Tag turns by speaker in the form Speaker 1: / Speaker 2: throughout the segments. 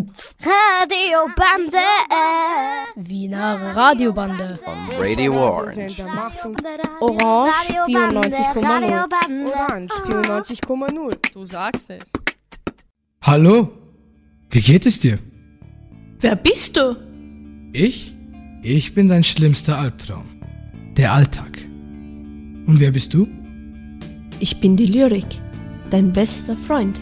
Speaker 1: Radio Bande
Speaker 2: Vina Radio Bande.
Speaker 3: on Radio Orange.
Speaker 2: Orange, 94,9.
Speaker 1: Radio Bande
Speaker 4: Orange 94,0.
Speaker 5: Du sagst es.
Speaker 6: Hallo, wie geht es dir?
Speaker 2: Wer bist du?
Speaker 6: Ich? Ich bin dein schlimmster Albtraum. Der Alltag. Und wer bist du?
Speaker 7: Ich bin die Lyrik, dein bester Freund.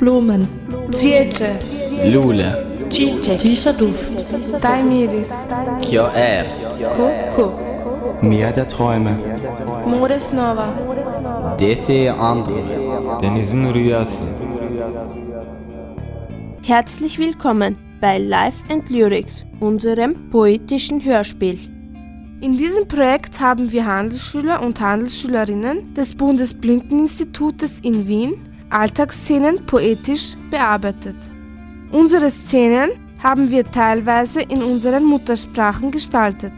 Speaker 7: Blumen,
Speaker 4: Zwiece,
Speaker 3: Lule,
Speaker 7: Çiçek, dieser Duft,
Speaker 4: Tajmiris,
Speaker 3: kjo erë,
Speaker 4: Kuku,
Speaker 8: Mia der Träume,
Speaker 4: Mures Nova,
Speaker 3: deti e andrë,
Speaker 8: Deniz'in rüyası,
Speaker 7: Herzlich willkommen bei Life and Lyrics, unserem poetischen Hörspiel.
Speaker 4: In diesem Projekt haben wir Handelsschüler und Handelsschülerinnen des Bundesblindeninstitutes in Wien Alltagsszenen poetisch bearbeitet. Unsere Szenen haben wir teilweise in unseren Muttersprachen gestaltet.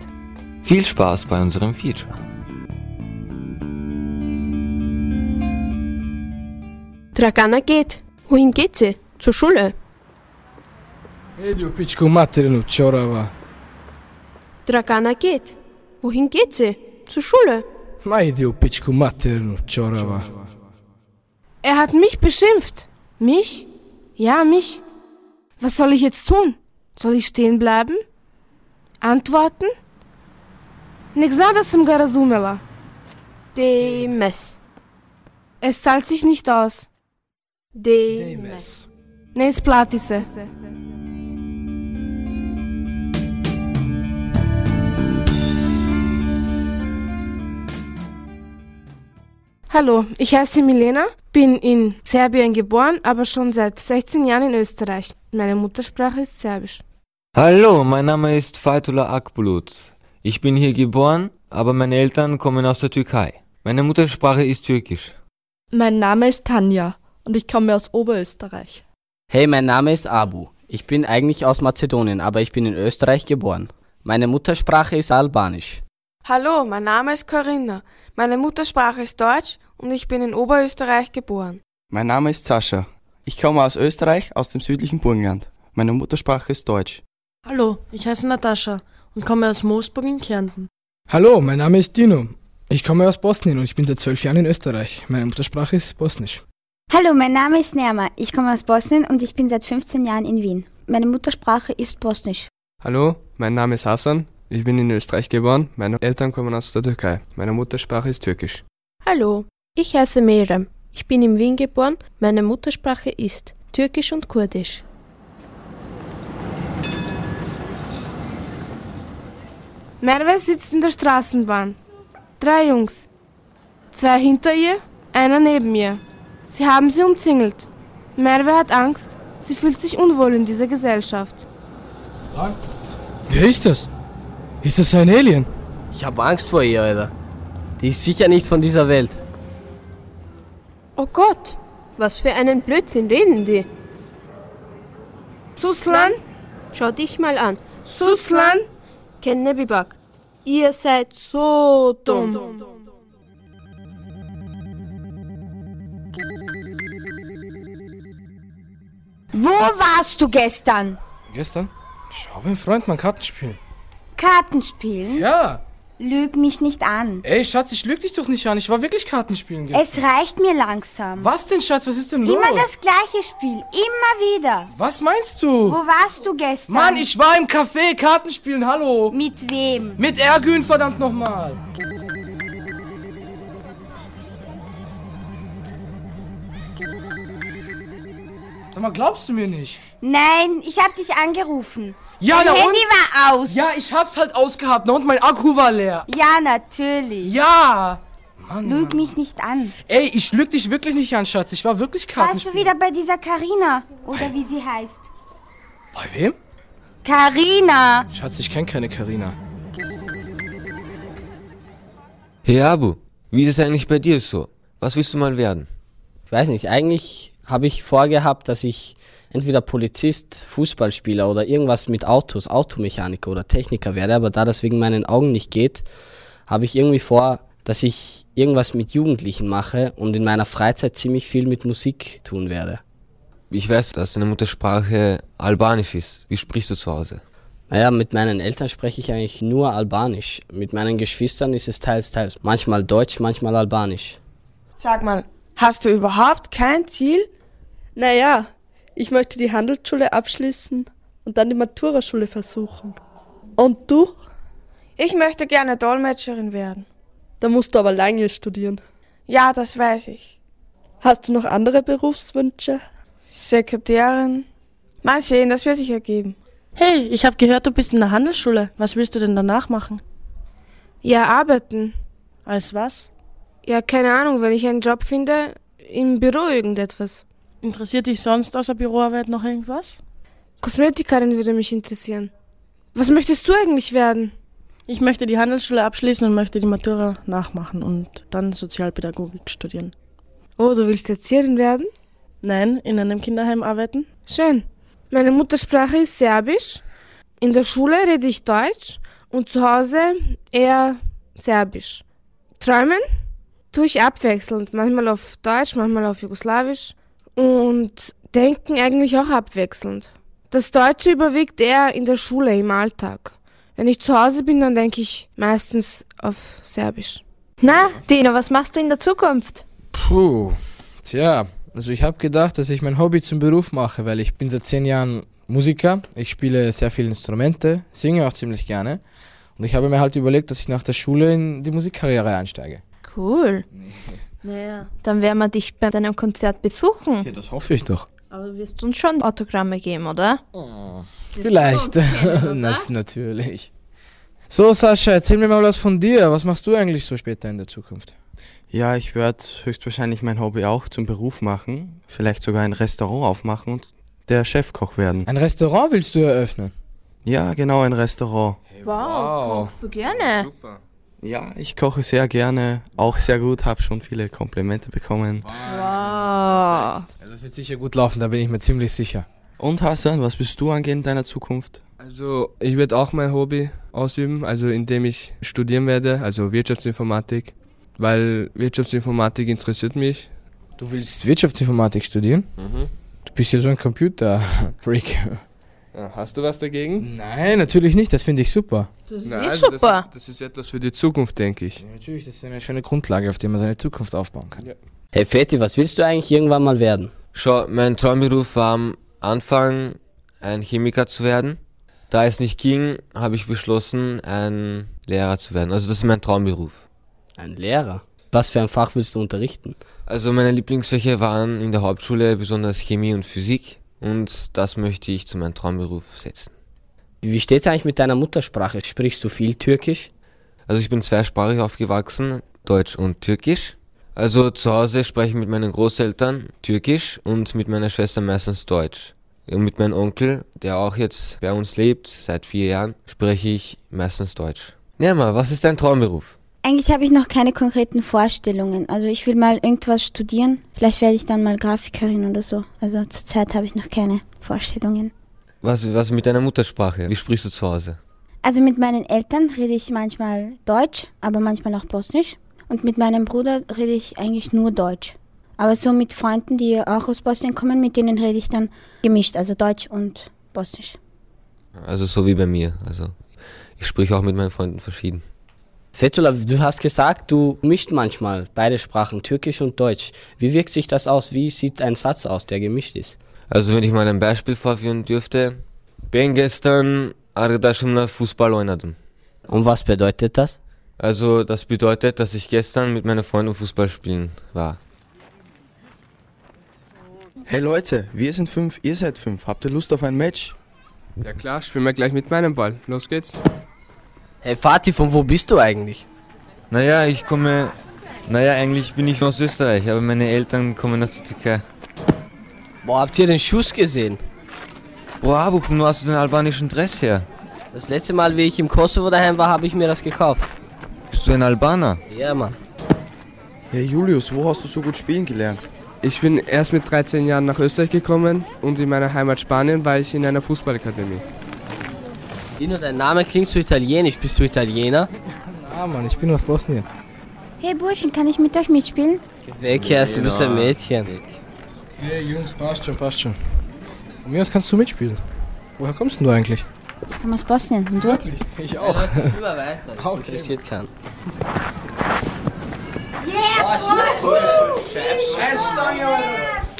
Speaker 8: Viel Spaß bei unserem Feature.
Speaker 7: Dragana geht. Wohin geht sie? Zur Schule.
Speaker 6: Elio pičku materinu čorava.
Speaker 7: Dragana geht. Wohin geht sie? Zur Schule.
Speaker 6: Ma idi u pičku materinu čorava.
Speaker 4: Er hat mich beschimpft. Mich? Ja, mich. Was soll ich jetzt tun? Soll ich stehen bleiben? Antworten? Nix anderes im Garazumela.
Speaker 7: Demes.
Speaker 4: Es zahlt sich nicht aus.
Speaker 7: Demes.
Speaker 4: Ne isplati se. Hallo, ich heiße Milena, bin in Serbien geboren, aber schon seit 16 Jahren in Österreich. Meine Muttersprache ist Serbisch.
Speaker 8: Hallo, mein Name ist Faitullah Akbulut. Ich bin hier geboren, aber meine Eltern kommen aus der Türkei. Meine Muttersprache ist Türkisch.
Speaker 9: Mein Name ist Tanja und ich komme aus Oberösterreich.
Speaker 3: Hey, mein Name ist Abu. Ich bin eigentlich aus Mazedonien, aber ich bin in Österreich geboren. Meine Muttersprache ist Albanisch.
Speaker 10: Hallo, mein Name ist Corinna. Meine Muttersprache ist Deutsch und ich bin in Oberösterreich geboren.
Speaker 8: Mein Name ist Sascha. Ich komme aus Österreich, aus dem südlichen Burgenland. Meine Muttersprache ist Deutsch.
Speaker 11: Hallo, ich heiße Natascha und komme aus Moosburg in Kärnten.
Speaker 6: Hallo, mein Name ist Dino. Ich komme aus Bosnien und ich bin seit zwölf Jahren in Österreich. Meine Muttersprache ist Bosnisch.
Speaker 1: Hallo, mein Name ist Nerma. Ich komme aus Bosnien und ich bin seit 15 Jahren in Wien. Meine Muttersprache ist Bosnisch.
Speaker 12: Hallo, mein Name ist Hassan. Ich bin in Österreich geboren. Meine Eltern kommen aus der Türkei. Meine Muttersprache ist Türkisch.
Speaker 7: Hallo, ich heiße Meram. Ich bin in Wien geboren. Meine Muttersprache ist Türkisch und Kurdisch.
Speaker 4: Merve sitzt in der Straßenbahn. Drei Jungs. Zwei hinter ihr, einer neben ihr. Sie haben sie umzingelt. Merve hat Angst. Sie fühlt sich unwohl in dieser Gesellschaft.
Speaker 6: Wer ist das? Ist das ein Alien?
Speaker 3: Ich hab Angst vor ihr, Alter. Die ist sicher nicht von dieser Welt.
Speaker 7: Oh Gott, was für einen Blödsinn reden die?
Speaker 4: Suslan,
Speaker 7: Schau dich mal an.
Speaker 4: Suslan.
Speaker 7: Kenne Bibak. Ihr seid so dumm.
Speaker 1: Wo warst du gestern?
Speaker 6: Gestern? Ich habe einen Freund mein Kartenspiel.
Speaker 1: Kartenspielen?
Speaker 6: Ja.
Speaker 1: Lüg mich nicht an.
Speaker 6: Ey, Schatz, ich lüg dich doch nicht an. Ich war wirklich Kartenspielen. gestern.
Speaker 1: Es reicht mir langsam.
Speaker 6: Was denn, Schatz? Was ist denn los?
Speaker 1: Immer das gleiche Spiel, immer wieder.
Speaker 6: Was meinst du?
Speaker 1: Wo warst du gestern?
Speaker 6: Mann, ich war im Café Kartenspielen. Hallo.
Speaker 1: Mit wem?
Speaker 6: Mit Ergün, verdammt nochmal. Sag mal, glaubst du mir nicht?
Speaker 1: Nein, ich hab dich angerufen.
Speaker 6: Ja,
Speaker 1: Mein
Speaker 6: na
Speaker 1: Handy
Speaker 6: und?
Speaker 1: war aus.
Speaker 6: Ja, ich hab's halt ausgehabt, ne? Und mein Akku war leer.
Speaker 1: Ja, natürlich.
Speaker 6: Ja! Mann,
Speaker 1: Lüg
Speaker 6: Mann.
Speaker 1: mich nicht an.
Speaker 6: Ey, ich lüg dich wirklich nicht an, Schatz. Ich war wirklich
Speaker 1: Warst du
Speaker 6: Kartenspielen.
Speaker 1: wieder bei dieser Karina oder wie sie heißt?
Speaker 6: Bei wem?
Speaker 1: Karina.
Speaker 6: Schatz, ich kenn keine Karina.
Speaker 8: Hey Abu, wie ist es eigentlich bei dir so? Was willst du mal werden?
Speaker 3: Ich weiß nicht, eigentlich habe ich vorgehabt, dass ich entweder Polizist, Fußballspieler oder irgendwas mit Autos, Automechaniker oder Techniker werde, aber da das wegen meinen Augen nicht geht, habe ich irgendwie vor, dass ich irgendwas mit Jugendlichen mache und in meiner Freizeit ziemlich viel mit Musik tun werde.
Speaker 8: Ich weiß, dass deine Muttersprache Albanisch ist. Wie sprichst du zu Hause?
Speaker 3: Naja, mit meinen Eltern spreche ich eigentlich nur Albanisch. Mit meinen Geschwistern ist es teils, teils. Manchmal Deutsch, manchmal Albanisch.
Speaker 10: Sag mal, hast du überhaupt kein Ziel?
Speaker 13: Naja, ich möchte die Handelsschule abschließen und dann die Maturaschule versuchen. Und du?
Speaker 10: Ich möchte gerne Dolmetscherin werden.
Speaker 13: Da musst du aber lange studieren.
Speaker 10: Ja, das weiß ich.
Speaker 13: Hast du noch andere Berufswünsche?
Speaker 10: Sekretärin. Mal sehen, das wird sich ergeben.
Speaker 11: Hey, ich habe gehört, du bist in der Handelsschule. Was willst du denn danach machen?
Speaker 4: Ja, arbeiten.
Speaker 11: Als was?
Speaker 4: Ja, keine Ahnung, wenn ich einen Job finde, im Büro irgendetwas.
Speaker 11: Interessiert dich sonst außer Büroarbeit noch irgendwas?
Speaker 4: Kosmetikerin würde mich interessieren. Was möchtest du eigentlich werden?
Speaker 11: Ich möchte die Handelsschule abschließen und möchte die Matura nachmachen und dann Sozialpädagogik studieren.
Speaker 4: Oh, du willst Erzieherin werden?
Speaker 11: Nein, in einem Kinderheim arbeiten.
Speaker 4: Schön. Meine Muttersprache ist Serbisch. In der Schule rede ich Deutsch und zu Hause eher Serbisch. Träumen tue ich abwechselnd, manchmal auf Deutsch, manchmal auf Jugoslawisch und denken eigentlich auch abwechselnd. Das Deutsche überwiegt eher in der Schule, im Alltag. Wenn ich zu Hause bin, dann denke ich meistens auf Serbisch.
Speaker 7: Na, Dino, was machst du in der Zukunft?
Speaker 6: Puh, tja, also ich habe gedacht, dass ich mein Hobby zum Beruf mache, weil ich bin seit zehn Jahren Musiker, ich spiele sehr viele Instrumente, singe auch ziemlich gerne und ich habe mir halt überlegt, dass ich nach der Schule in die Musikkarriere einsteige.
Speaker 7: Cool. Naja, dann werden wir dich bei deinem Konzert besuchen.
Speaker 6: Ja, das hoffe ich doch.
Speaker 7: Aber du wirst uns schon Autogramme geben, oder?
Speaker 6: Oh, vielleicht. das natürlich. So, Sascha, erzähl mir mal was von dir. Was machst du eigentlich so später in der Zukunft?
Speaker 14: Ja, ich werde höchstwahrscheinlich mein Hobby auch zum Beruf machen. Vielleicht sogar ein Restaurant aufmachen und der Chefkoch werden.
Speaker 6: Ein Restaurant willst du eröffnen?
Speaker 14: Ja, genau, ein Restaurant.
Speaker 7: Wow, kochst du gerne? Super.
Speaker 14: Ja, ich koche sehr gerne, auch sehr gut, habe schon viele Komplimente bekommen.
Speaker 7: Wow.
Speaker 6: Das wird sicher gut laufen, da bin ich mir ziemlich sicher.
Speaker 14: Und Hassan, was bist du angehend deiner Zukunft?
Speaker 6: Also, ich werde auch mein Hobby ausüben, also indem ich studieren werde, also Wirtschaftsinformatik, weil Wirtschaftsinformatik interessiert mich.
Speaker 12: Du willst Wirtschaftsinformatik studieren? Mhm.
Speaker 6: Du bist ja so ein Computer-Freak.
Speaker 12: Ah,
Speaker 14: Hast du was dagegen?
Speaker 12: Äh,
Speaker 6: Nein, natürlich nicht. Das finde ich super.
Speaker 7: Das ist
Speaker 6: Na,
Speaker 7: eh
Speaker 6: also
Speaker 7: super.
Speaker 6: Das ist, das ist etwas für die Zukunft, denke ich.
Speaker 12: Ja, natürlich, das ist eine schöne Grundlage, auf der man seine Zukunft aufbauen kann. Ja.
Speaker 3: Hey Fetti, was willst du eigentlich irgendwann mal werden?
Speaker 8: Schau, mein Traumberuf war am Anfang ein Chemiker zu werden. Da es nicht ging, habe ich beschlossen, ein Lehrer zu werden. Also das ist mein Traumberuf.
Speaker 3: Ein Lehrer? Was für ein Fach willst du unterrichten?
Speaker 8: Also meine Lieblingsfächer waren in der Hauptschule besonders Chemie und Physik. Und das möchte ich zu meinem Traumberuf setzen.
Speaker 3: Wie steht es eigentlich mit deiner Muttersprache? Sprichst du viel Türkisch?
Speaker 8: Also ich bin zweisprachig aufgewachsen, Deutsch und Türkisch. Also zu Hause spreche ich mit meinen Großeltern Türkisch und mit meiner Schwester meistens Deutsch. Und mit meinem Onkel, der auch jetzt bei uns lebt, seit vier Jahren, spreche ich meistens Deutsch. Nema, was ist dein Traumberuf?
Speaker 1: Eigentlich habe ich noch keine konkreten Vorstellungen. Also ich will mal irgendwas studieren. Vielleicht werde ich dann mal Grafikerin oder so. Also zurzeit habe ich noch keine Vorstellungen.
Speaker 8: Was, was mit deiner Muttersprache? Wie sprichst du zu Hause?
Speaker 1: Also mit meinen Eltern rede ich manchmal Deutsch, aber manchmal auch Bosnisch. Und mit meinem Bruder rede ich eigentlich nur Deutsch. Aber so mit Freunden, die auch aus Bosnien kommen, mit denen rede ich dann gemischt, also Deutsch und Bosnisch.
Speaker 8: Also so wie bei mir. Also ich spreche auch mit meinen Freunden verschieden.
Speaker 3: Fethullah, du hast gesagt, du mischt manchmal beide Sprachen, Türkisch und Deutsch. Wie wirkt sich das aus? Wie sieht ein Satz aus, der gemischt ist?
Speaker 8: Also wenn ich mal ein Beispiel vorführen dürfte. Ben gestern Ardashimla Fußball oynadım.
Speaker 3: Und was bedeutet das?
Speaker 8: Also das bedeutet, dass ich gestern mit meinen Freunden Fußball spielen war.
Speaker 14: Hey Leute, wir sind fünf, ihr seid fünf. Habt ihr Lust auf ein Match?
Speaker 6: Ja klar, spielen wir gleich mit meinem Ball. Los geht's.
Speaker 3: Hey Fatih, von wo bist du eigentlich?
Speaker 8: Naja, ich komme. Naja, eigentlich bin ich aus Österreich, aber meine Eltern kommen aus der Türkei.
Speaker 3: Boah, habt ihr den Schuss gesehen?
Speaker 8: Boah, wo kommst du hast den albanischen Dress her?
Speaker 3: Das letzte Mal, wie ich im Kosovo daheim war, habe ich mir das gekauft.
Speaker 8: Bist du ein Albaner?
Speaker 3: Ja, Mann.
Speaker 14: Hey Julius, wo hast du so gut spielen gelernt?
Speaker 15: Ich bin erst mit 13 Jahren nach Österreich gekommen und in meiner Heimat Spanien war ich in einer Fußballakademie.
Speaker 3: Dino, dein Name klingt so italienisch. Bist du Italiener?
Speaker 6: Ah, Mann, ich bin aus Bosnien.
Speaker 1: Hey Burschen, kann ich mit euch mitspielen?
Speaker 3: Weg, erst du bist ein Mädchen.
Speaker 6: Hey, Jungs, passt schon, passt schon. Von mir aus kannst du mitspielen. Woher kommst denn du eigentlich?
Speaker 1: Ich komme aus Bosnien. Und du?
Speaker 6: Wirklich? Ich auch.
Speaker 3: Ja, das ist immer weiter. Das
Speaker 6: Okay.
Speaker 3: interessiert keinen.
Speaker 5: Yeah,
Speaker 3: Boah, scheiße.
Speaker 5: Oh, Scheiße.
Speaker 3: Scheißstange,
Speaker 5: Alter.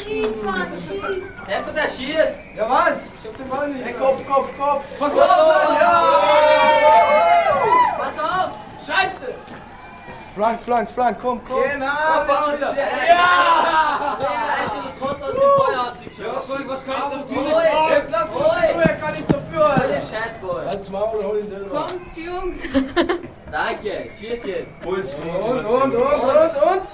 Speaker 5: Schieß, Mann, schieß.
Speaker 3: Deppter, schieß.
Speaker 5: Ja, was? Ich hab den Ball nicht. Hey, Kopf, Kopf, Kopf. Oh,
Speaker 15: Pass auf, Mann.
Speaker 5: Ja! Pass auf. Scheiße.
Speaker 15: Flank, Flank, Flank, komm, komm.
Speaker 5: Genau.
Speaker 15: Auf, Alter.
Speaker 5: Ja!
Speaker 15: Ja!
Speaker 5: Scheiße, du Trottel also aus dem Ball ausgeschaut. Ja, sorry, was kann ich dafür? Ruhe, jetzt lass uns in Ruhe, kann nichts dafür, Alter. Hol den Scheißball. Halt's Maul, hol ihn selber. Kommt, Jungs.
Speaker 3: Danke, schieß jetzt.
Speaker 5: Puls,
Speaker 15: Und, und, und, und, und.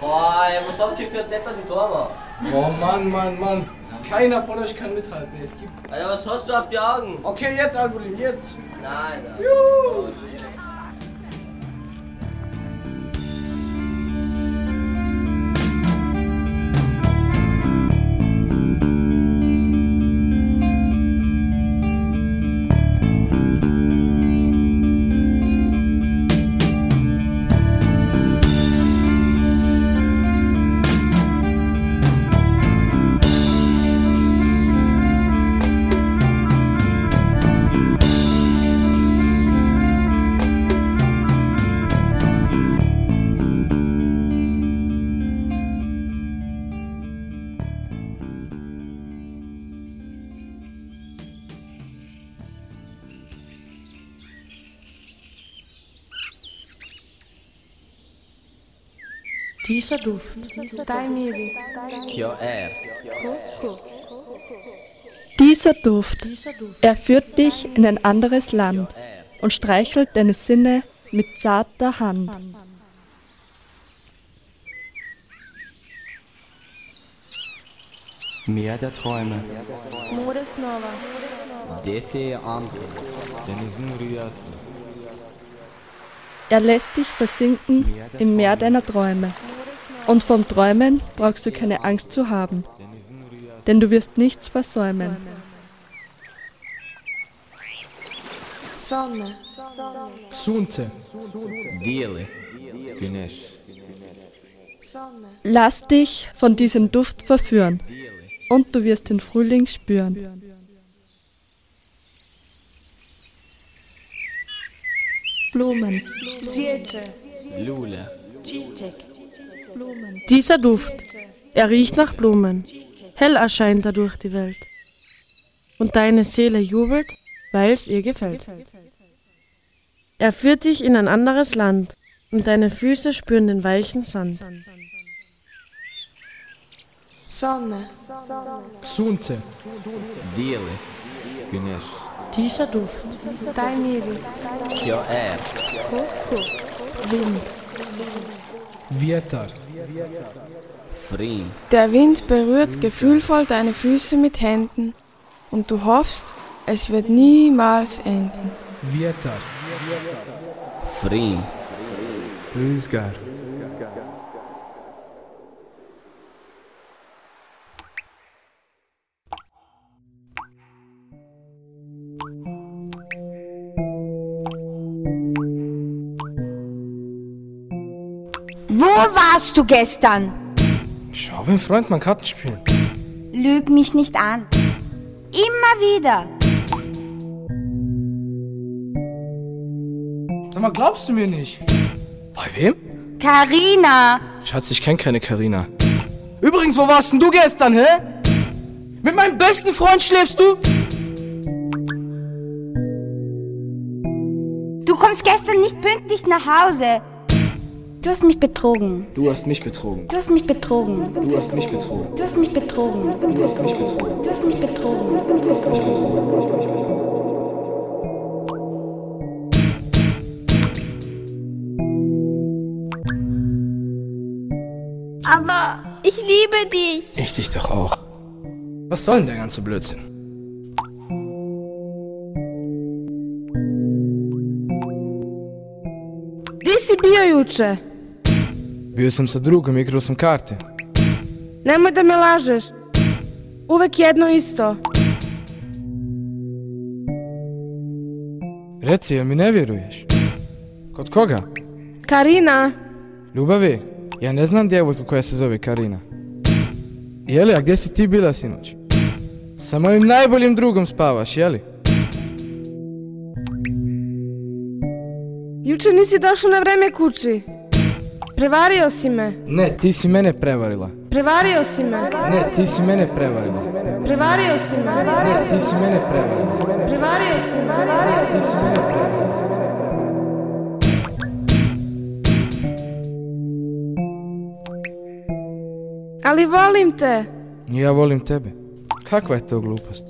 Speaker 3: Boah, ey, was habt ihr für einen depperten Tor, Mann?
Speaker 6: Oh Mann, Mann, Mann. Keiner von euch kann mithalten. Es gibt.
Speaker 3: Alter, was hast du auf die Augen?
Speaker 6: Okay, jetzt, Alburin, jetzt.
Speaker 3: Nein, nein.
Speaker 6: Juhu.
Speaker 3: Oh, shit.
Speaker 11: Dieser Duft.
Speaker 4: Daimedes.
Speaker 3: Kjo er. eh.
Speaker 9: Dieser Duft, er führt dich in ein anderes Land und streichelt deine Sinne mit zarter Hand.
Speaker 14: Meer der Träume.
Speaker 4: Mores Nova.
Speaker 3: Dete Andro.
Speaker 14: Denizin Rüyası.
Speaker 9: Er lässt dich versinken im Meer deiner Träume. Und vom Träumen brauchst du keine Angst zu haben, denn du wirst nichts versäumen.
Speaker 10: Sonne.
Speaker 12: Sunce.
Speaker 3: Diele.
Speaker 8: Güneş.
Speaker 9: Lass dich von diesem Duft verführen und du wirst den Frühling spüren. Blumen.
Speaker 3: Lule.
Speaker 11: Dieser Duft, er riecht nach Blumen. Hell erscheint dadurch die Welt. Und deine Seele jubelt, weil es ihr gefällt. Er führt dich in ein anderes Land und deine Füße spüren den weichen Sand.
Speaker 10: Sonne.
Speaker 12: Sunce.
Speaker 8: Diele. Güneş.
Speaker 11: Dieser Duft.
Speaker 4: Daimedes.
Speaker 3: Kjo
Speaker 5: äh.
Speaker 3: er.
Speaker 4: Wind.
Speaker 12: Vjetar.
Speaker 3: Frim.
Speaker 10: Der Wind berührt gefühlvoll deine Füße mit Händen und du hoffst, es wird niemals enden.
Speaker 12: Vjetar.
Speaker 3: Frim.
Speaker 15: Rüzgar.
Speaker 16: Wo warst du gestern?
Speaker 12: Schau, mein Freund, man Karten spielen.
Speaker 16: Lüg mich nicht an. Immer wieder.
Speaker 12: Sag mal, glaubst du mir nicht? Bei wem?
Speaker 16: Karina.
Speaker 12: Schatz, ich kenne keine Karina. Übrigens, wo warst denn du gestern, hä? Mit meinem besten Freund schläfst du?
Speaker 16: Du kommst gestern nicht pünktlich nach Hause. Du hast mich betrogen.
Speaker 12: Du hast mich betrogen.
Speaker 16: Du hast mich betrogen.
Speaker 12: Du hast mich betrogen.
Speaker 16: Du hast mich betrogen. Du hast mich betrogen. Du hast mich betrogen. Aber ich liebe dich.
Speaker 12: Ich dich doch auch. Was soll denn der ganze Blödsinn?
Speaker 4: Disi bio juče.
Speaker 6: Bio sam sa drugom, igrao sam karte.
Speaker 4: Nemoj da me lažeš. Uvek jedno isto.
Speaker 6: Reci, jel mi ne vjeruješ? Kod koga?
Speaker 4: Karina,
Speaker 6: Ljubavi, ja ne znam djevojku koja se zove Karina. Jeli, a gdje si ti bila sinoć? Sa mojim najboljim drugom spavaš, jeli?
Speaker 4: juče nisi došao na vreme kući. Prevario si me.
Speaker 6: Ne, ti si mene prevarila.
Speaker 4: Prevario si me.
Speaker 6: Ne, ti si mene prevarila.
Speaker 4: Prevario si me.
Speaker 6: Ne, ti si mene prevarila.
Speaker 4: Prevario si me. Ne, ti si mene Ali volim te.
Speaker 6: I ja volim tebe. Kakva je to glupost?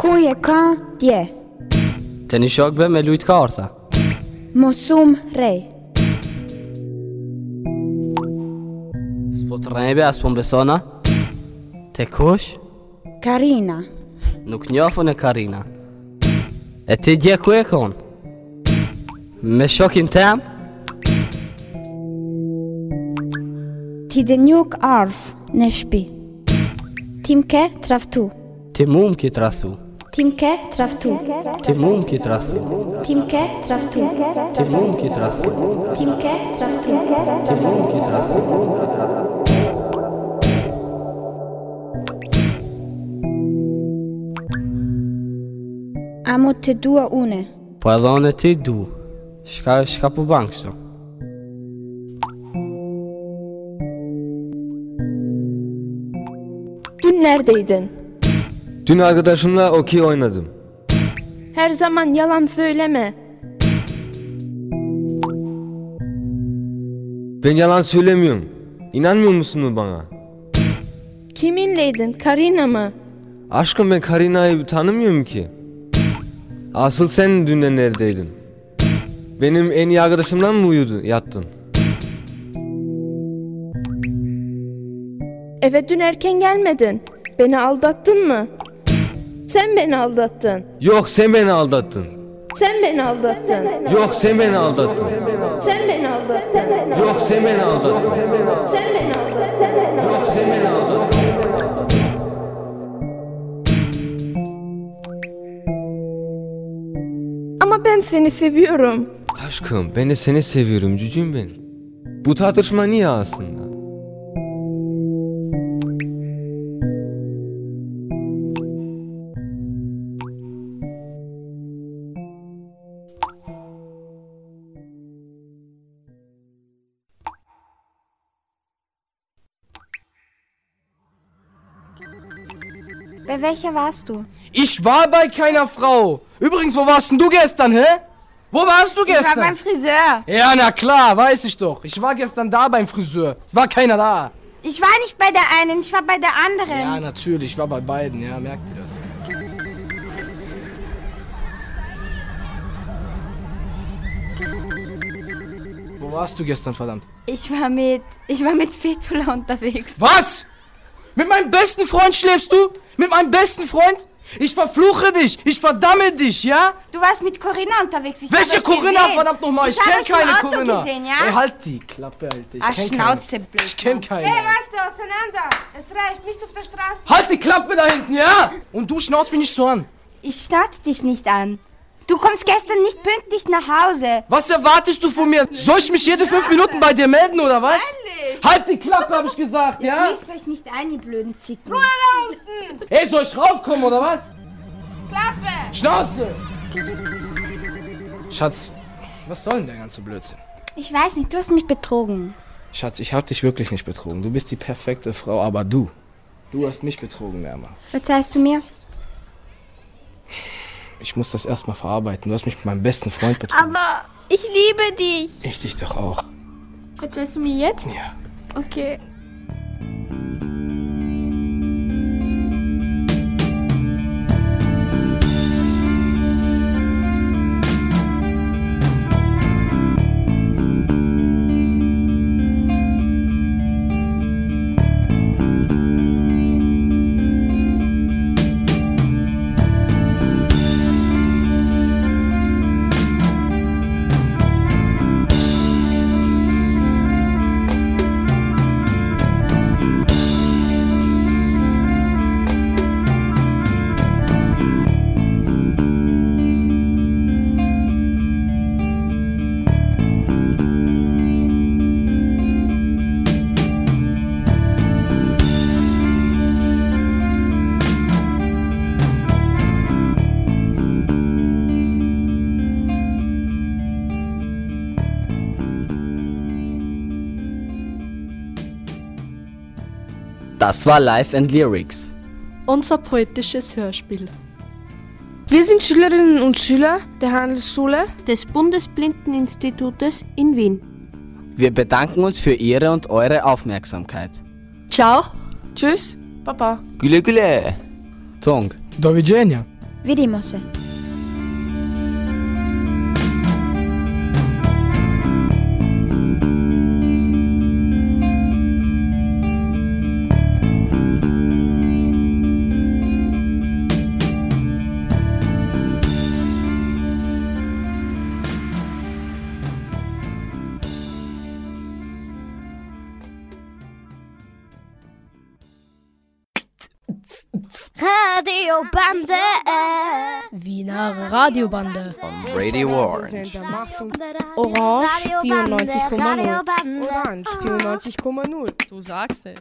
Speaker 17: Ku je ka dje?
Speaker 3: Të një shokbe me lujt ka orta.
Speaker 17: Mosum rej.
Speaker 3: S'po të rrejbe, as po më besona. Te kush?
Speaker 17: Karina.
Speaker 3: Nuk njofën e Karina. E ti dje ku e kon? Me shokin tem?
Speaker 17: Ti dhe njuk arf në
Speaker 16: ne
Speaker 17: shpi. Tim ke traftu.
Speaker 3: Ti mu më ki trathu.
Speaker 17: Tim ke traftu.
Speaker 3: Ti mu më ki trathu.
Speaker 17: Tim ke traftu.
Speaker 3: Ti mu më ki trathu.
Speaker 17: Tim ke traftu.
Speaker 3: Ti mu më ki trathu.
Speaker 17: Amo të dua une.
Speaker 3: Po edhe unë e ti du. Shka, shka po bankë shto.
Speaker 7: Dün neredeydin?
Speaker 8: Dün arkadaşımla okey oynadım.
Speaker 7: Her zaman yalan söyleme.
Speaker 8: Ben yalan söylemiyorum. İnanmıyor musunuz bana?
Speaker 7: Kiminleydin? Karina mı?
Speaker 8: Aşkım ben Karina'yı tanımıyorum ki. Asıl sen dün de neredeydin? Benim en iyi arkadaşımla mı uyudun, yattın?
Speaker 7: Eve dün erken gelmedin. Beni aldattın mı? Sen beni aldattın.
Speaker 8: Yok sen beni aldattın.
Speaker 7: Sen beni aldattın.
Speaker 8: Yok sen beni aldattın.
Speaker 7: Sen beni aldattın.
Speaker 8: Yok sen beni aldattın.
Speaker 7: Sen beni aldattın.
Speaker 8: Yok sen beni aldattın.
Speaker 7: Ama ben seni seviyorum.
Speaker 8: Aşkım ben de seni seviyorum cücüğüm benim. Bu tartışma niye aslında?
Speaker 1: Bei welcher warst du?
Speaker 6: Ich war bei keiner Frau. Übrigens, wo warst denn du gestern, hä? Wo warst du
Speaker 1: Ich war beim
Speaker 6: gestern?
Speaker 1: Friseur.
Speaker 6: Ja, na klar, weiß ich doch. Ich war gestern da beim Friseur. Es war keiner da.
Speaker 1: Ich war nicht bei der einen, ich war bei der anderen.
Speaker 6: Ja, natürlich, ich war bei beiden, ja, merkt ihr das. Wo warst du gestern, verdammt?
Speaker 1: Ich war mit, ich war mit Fetula unterwegs.
Speaker 6: Was? Mit meinem besten Freund schläfst du? Mit meinem besten Freund? Ich verfluche dich, ich verdamme dich, ja?
Speaker 1: Du warst mit Corinna unterwegs. Ich hab
Speaker 6: Welche
Speaker 1: euch
Speaker 6: Corinna,
Speaker 1: gesehen.
Speaker 6: verdammt nochmal? Ich,
Speaker 1: hab
Speaker 6: kenn
Speaker 1: euch im
Speaker 6: keine
Speaker 1: Auto
Speaker 6: Corinna.
Speaker 1: Gesehen, ja?
Speaker 6: Ey, halt die Klappe, Alter. Ich
Speaker 1: Ach,
Speaker 6: kenn
Speaker 1: Schnauze,
Speaker 6: keine. Ich kenn keine.
Speaker 4: Hey Leute, auseinander! Es reicht nicht auf der Straße!
Speaker 6: Halt die Klappe da hinten, ja? Und du schnauzt mich nicht so an.
Speaker 1: Ich schnauz dich nicht an. Du kommst gestern nicht pünktlich nach Hause.
Speaker 6: Was erwartest du von mir? Soll ich mich jede fünf Minuten bei dir melden, oder was? Halt die Klappe, hab ich gesagt, ja?
Speaker 1: Jetzt mischt euch nicht ein, ihr blöden Zicken.
Speaker 6: Ruhe da
Speaker 1: unten!
Speaker 6: Ey, soll ich raufkommen, oder was?
Speaker 1: Klappe!
Speaker 6: Schnauze! Schatz, was soll denn der ganze Blödsinn?
Speaker 1: Ich weiß nicht, du hast mich betrogen.
Speaker 6: Schatz, ich hab dich wirklich nicht betrogen. Du bist die perfekte Frau, aber du, du hast mich betrogen, Werner.
Speaker 1: Verzeihst du mir?
Speaker 6: Ich muss das erstmal verarbeiten. Du hast mich mit meinem besten Freund betrogen.
Speaker 7: Aber ich liebe dich.
Speaker 6: Ich dich doch auch.
Speaker 7: Verzeihst du mir jetzt?
Speaker 6: Ja.
Speaker 7: Okay.
Speaker 18: Thank
Speaker 3: Das war Life and Lyrics.
Speaker 9: Unser poetisches Hörspiel.
Speaker 4: Wir sind Schülerinnen und Schüler der Handelsschule
Speaker 7: des Bundesblindeninstitutes in Wien.
Speaker 3: Wir bedanken uns für Ihre und eure Aufmerksamkeit.
Speaker 9: Ciao.
Speaker 10: Tschüss. Papa.
Speaker 3: Güle güle. Tung.
Speaker 12: Do widzenia.
Speaker 1: Vidimo se.
Speaker 2: Radiobande. Wiener Radiobande.
Speaker 19: Radio Orange.
Speaker 2: Orange 94,0.
Speaker 20: Orange 94,0. Du sagst es.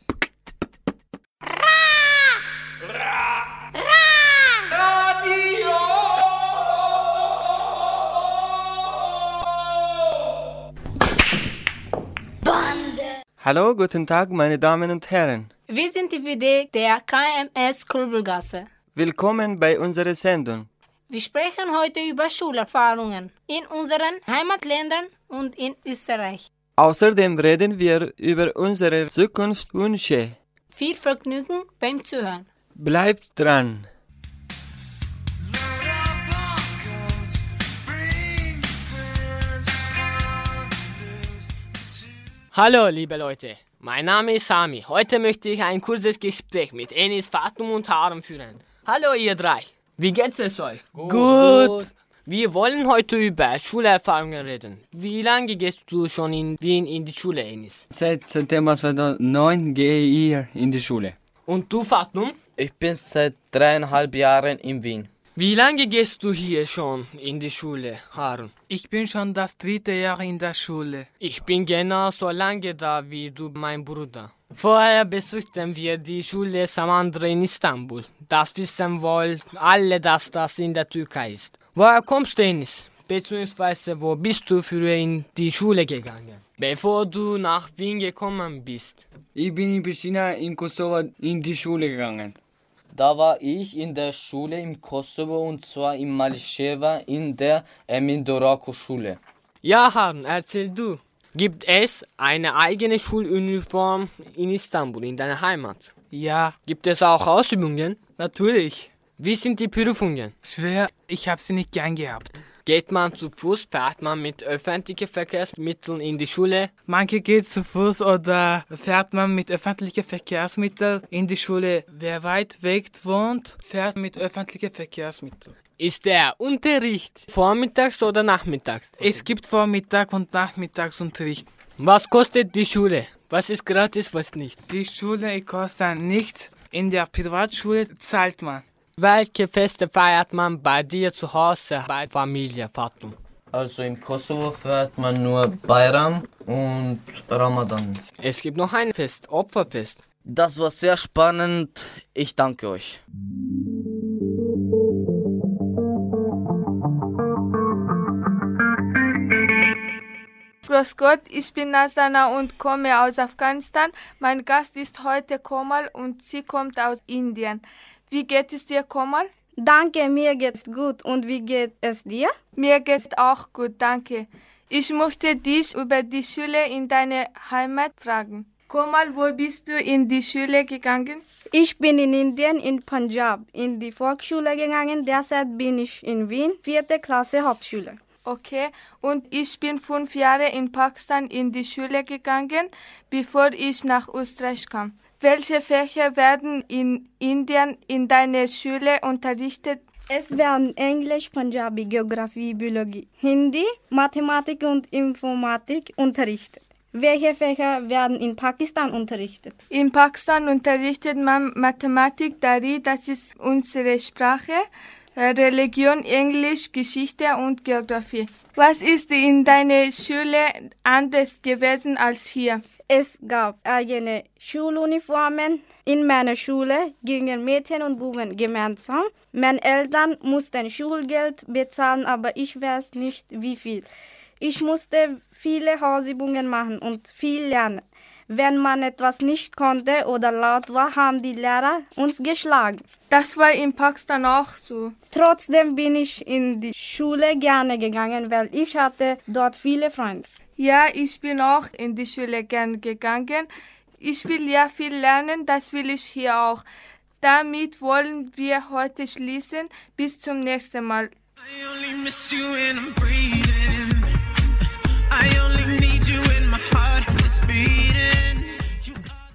Speaker 19: Hallo, guten Tag, meine Damen und Herren.
Speaker 21: Wir sind die WD der KMS Kulbelgasse.
Speaker 19: Willkommen bei unserer Sendung.
Speaker 21: Wir sprechen heute über Schulerfahrungen in unseren Heimatländern und in Österreich.
Speaker 19: Außerdem reden wir über unsere Zukunftswünsche.
Speaker 21: Viel Vergnügen beim Zuhören.
Speaker 19: Bleibt dran!
Speaker 22: Hallo, liebe Leute. Mein Name ist Sami. Heute möchte ich ein kurzes Gespräch mit Enis Fatum und Harun führen. Hallo, ihr drei. Wie geht's es euch?
Speaker 19: Gut.
Speaker 22: Wir wollen heute über Schulerfahrungen reden. Wie lange gehst du schon in Wien in die Schule, Enis?
Speaker 23: Seit September 2009 gehe ich in die Schule.
Speaker 22: Und du, Fatum?
Speaker 23: Ich bin seit dreieinhalb Jahren in Wien.
Speaker 22: Wie lange gehst du hier schon in die Schule, Harun?
Speaker 24: Ich bin schon das dritte Jahr in der Schule.
Speaker 22: Ich bin genau so lange da wie du, mein Bruder. Vorher besuchten wir die Schule Samandra in Istanbul. Das wissen wohl alle, dass das in der Türkei ist. Woher kommst du, Enis? Beziehungsweise, wo bist du früher in die Schule gegangen? Bevor du nach Wien gekommen bist.
Speaker 23: Ich bin in Pristina in Kosovo in die Schule gegangen. Da war ich in der Schule im Kosovo und zwar in Malisheva in der Emin Dorako Schule.
Speaker 22: Ja, Harun, erzähl du. Gibt es eine eigene Schuluniform in Istanbul, in deiner Heimat?
Speaker 24: Ja,
Speaker 22: Gibt es auch Ausübungen?
Speaker 24: natürlich.
Speaker 22: Wie sind die Prüfungen?
Speaker 24: Schwer, ich habe sie nicht gern gehabt.
Speaker 22: Geht man zu Fuß, fährt man mit öffentlichen Verkehrsmitteln in die Schule?
Speaker 24: Manche geht zu Fuß oder fährt man mit öffentlichen Verkehrsmitteln in die Schule. Wer weit weg wohnt, fährt mit öffentlichen Verkehrsmitteln.
Speaker 22: Ist der Unterricht vormittags oder nachmittags?
Speaker 24: Es gibt Vormittag- und Nachmittagsunterricht.
Speaker 22: Was kostet die Schule? Was ist gratis, was nicht?
Speaker 24: Die Schule kostet nichts. In der Privatschule zahlt man.
Speaker 22: Welche Feste feiert man bei dir zu Hause, bei Familie, Fatum?
Speaker 23: Also im Kosovo feiert man nur Bayram und Ramadan.
Speaker 22: Es gibt noch ein Fest, Opferfest.
Speaker 23: Das war sehr spannend. Ich danke euch.
Speaker 25: Grüß Gott, ich bin Nasana und komme aus Afghanistan. Mein Gast ist heute Komal und sie kommt aus Indien. Wie geht es dir, Komal?
Speaker 26: Danke, mir geht's gut. Und wie geht es dir?
Speaker 25: Mir geht's auch gut, danke. Ich möchte dich über die Schule in deiner Heimat fragen. Komal, wo bist du in die Schule gegangen?
Speaker 26: Ich bin in Indien, in Punjab, in die Volksschule gegangen. Derzeit bin ich in Wien, vierte Klasse Hauptschule.
Speaker 25: Okay, und ich bin fünf Jahre in Pakistan in die Schule gegangen, bevor ich nach Österreich kam. Welche Fächer werden in Indien in deiner Schule unterrichtet?
Speaker 26: Es werden Englisch, Punjabi, Geografie, Biologie, Hindi, Mathematik und Informatik unterrichtet. Welche Fächer werden in Pakistan unterrichtet?
Speaker 25: In Pakistan unterrichtet man Mathematik, Dari, das ist unsere Sprache, Religion, Englisch, Geschichte und Geografie. Was ist in deiner Schule anders gewesen als hier?
Speaker 26: Es gab eigene Schuluniformen. In meiner Schule gingen Mädchen und Buben gemeinsam. Meine Eltern mussten Schulgeld bezahlen, aber ich weiß nicht wie viel. Ich musste viele Hausübungen machen und viel lernen. Wenn man etwas nicht konnte oder laut war, haben die Lehrer uns geschlagen.
Speaker 25: Das war in Pakistan auch so.
Speaker 26: Trotzdem bin ich in die Schule gerne gegangen, weil ich hatte dort viele Freunde.
Speaker 25: Ja, ich bin auch in die Schule gern gegangen. Ich will ja viel lernen, das will ich hier auch. Damit wollen wir heute schließen. Bis zum nächsten Mal. I only miss you when I'm breathing. I only need you when my heart is beating.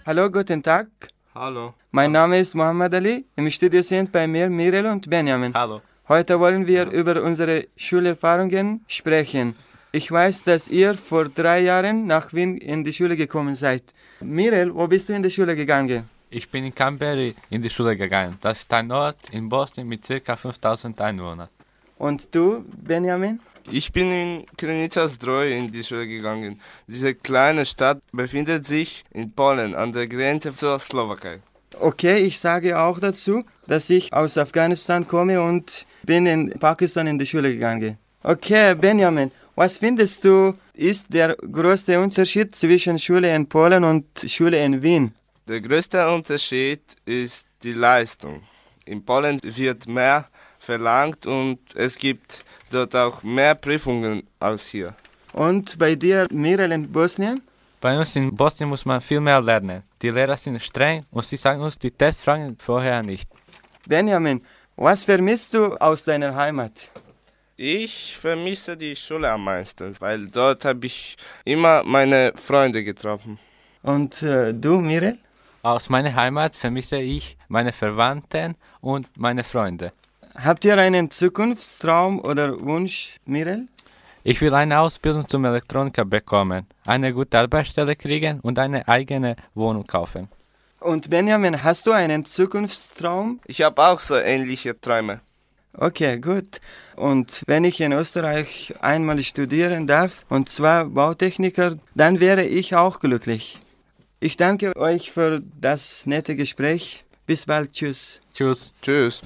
Speaker 14: Hallo, guten Tag.
Speaker 19: Hallo.
Speaker 14: Mein Name ist Mohammed Ali. Im Studio sind bei mir Mirel und Benjamin.
Speaker 19: Hallo.
Speaker 14: Heute wollen wir über unsere Schulerfahrungen sprechen. Ich weiß, dass ihr vor drei Jahren nach Wien in die Schule gekommen seid. Mirel, wo bist du in die Schule gegangen?
Speaker 8: Ich bin in Canberra in die Schule gegangen. Das ist ein Ort in Boston mit ca. 5000 Einwohnern.
Speaker 14: Und du, Benjamin?
Speaker 13: Ich bin in Krynicas Droi in die Schule gegangen. Diese kleine Stadt befindet sich in Polen an der Grenze zur Slowakei.
Speaker 14: Okay, ich sage auch dazu, dass ich aus Afghanistan komme und bin in Pakistan in die Schule gegangen. Okay, Benjamin, was findest du ist der größte Unterschied zwischen Schule in Polen und Schule in Wien?
Speaker 13: Der größte Unterschied ist die Leistung. In Polen wird mehr verlangt und es gibt dort auch mehr Prüfungen als hier.
Speaker 14: Und bei dir, Mirel, in Bosnien?
Speaker 8: Bei uns in Bosnien muss man viel mehr lernen. Die Lehrer sind streng und sie sagen uns die Testfragen vorher nicht.
Speaker 14: Benjamin, was vermisst du aus deiner Heimat?
Speaker 13: Ich vermisse die Schule am meisten, weil dort habe ich immer meine Freunde getroffen.
Speaker 14: Und äh, du, Mirel?
Speaker 8: Aus meiner Heimat vermisse ich meine Verwandten und meine Freunde.
Speaker 14: Habt ihr einen Zukunftstraum oder Wunsch, Mirel?
Speaker 8: Ich will eine Ausbildung zum Elektroniker bekommen, eine gute Arbeitsstelle kriegen und eine eigene Wohnung kaufen.
Speaker 14: Und Benjamin, hast du einen Zukunftstraum?
Speaker 13: Ich habe auch so ähnliche Träume.
Speaker 14: Okay, gut. Und wenn ich in Österreich einmal studieren darf, und zwar Bautechniker, dann wäre ich auch glücklich. Ich danke euch für das nette Gespräch. Bis bald. Tschüss.
Speaker 13: Tschüss.
Speaker 6: Tschüss.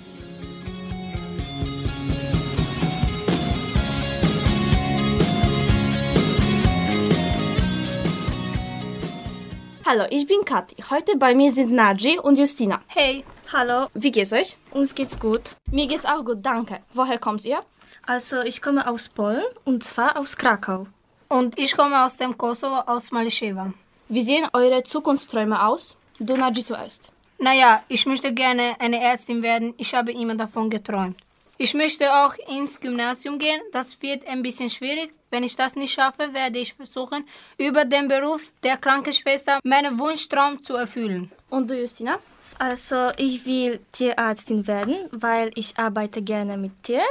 Speaker 11: Hallo, ich bin Kathi. Heute bei mir sind Naji und Justina.
Speaker 15: Hey. Hallo.
Speaker 11: Wie geht's euch?
Speaker 15: Uns geht's gut.
Speaker 11: Mir geht's auch gut, danke. Woher kommt ihr?
Speaker 15: Also, ich komme aus Polen und zwar aus Krakau.
Speaker 21: Und ich komme aus dem Kosovo, aus Malischewa.
Speaker 11: Wie sehen eure Zukunftsträume aus? Du, Naji, zuerst.
Speaker 21: Naja, ich möchte gerne eine Ärztin werden. Ich habe immer davon geträumt. Ich möchte auch ins Gymnasium gehen. Das wird ein bisschen schwierig. Wenn ich das nicht schaffe, werde ich versuchen, über den Beruf der Krankenschwester meinen Wunschtraum zu erfüllen.
Speaker 11: Und du, Justina?
Speaker 15: Also, ich will Tierärztin werden, weil ich arbeite gerne mit Tieren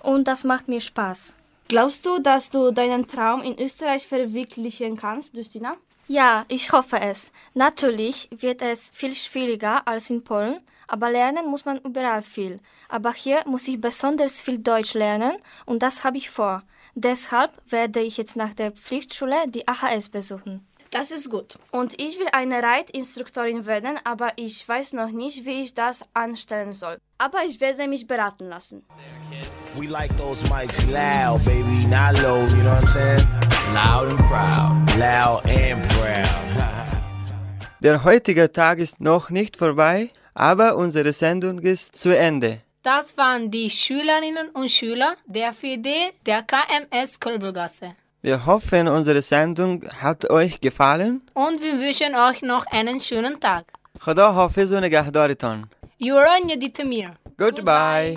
Speaker 15: und das macht mir Spaß.
Speaker 11: Glaubst du, dass du deinen Traum in Österreich verwirklichen kannst, Justina?
Speaker 15: Ja, ich hoffe es. Natürlich wird es viel schwieriger als in Polen, aber lernen muss man überall viel. Aber hier muss ich besonders viel Deutsch lernen und das habe ich vor. Deshalb werde ich jetzt nach der Pflichtschule die AHS besuchen.
Speaker 11: Das ist gut. Und ich will eine Reitinstruktorin werden, aber ich weiß noch nicht, wie ich das anstellen soll. Aber ich werde mich beraten lassen.
Speaker 27: We like those mics loud, baby, not low, you know what I'm saying? Loud and proud. Loud and proud.
Speaker 14: Der heutige Tag ist noch nicht vorbei, aber unsere Sendung ist zu Ende.
Speaker 21: Das waren die Schülerinnen und Schüler der FED der KMS Kölbelgasse.
Speaker 14: Wir hoffen, unsere Sendung hat euch gefallen.
Speaker 21: Und wir wünschen euch noch einen schönen Tag.
Speaker 14: خدا حافظ و نگهدارتان.
Speaker 21: یوران یدیتمیر.
Speaker 14: Goodbye.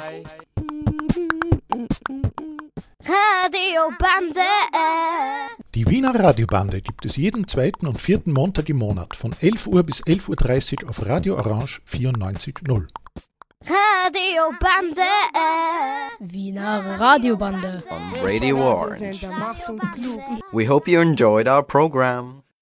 Speaker 2: Radio Bande.
Speaker 28: Die Wiener Radiobande gibt es jeden zweiten und vierten Montag im Monat von 11 Uhr bis 11.30 Uhr auf Radio Orange 94.0.
Speaker 2: Radio Bande.
Speaker 29: Wiener Radiobande.
Speaker 27: On Radio Orange. We hope you enjoyed our program.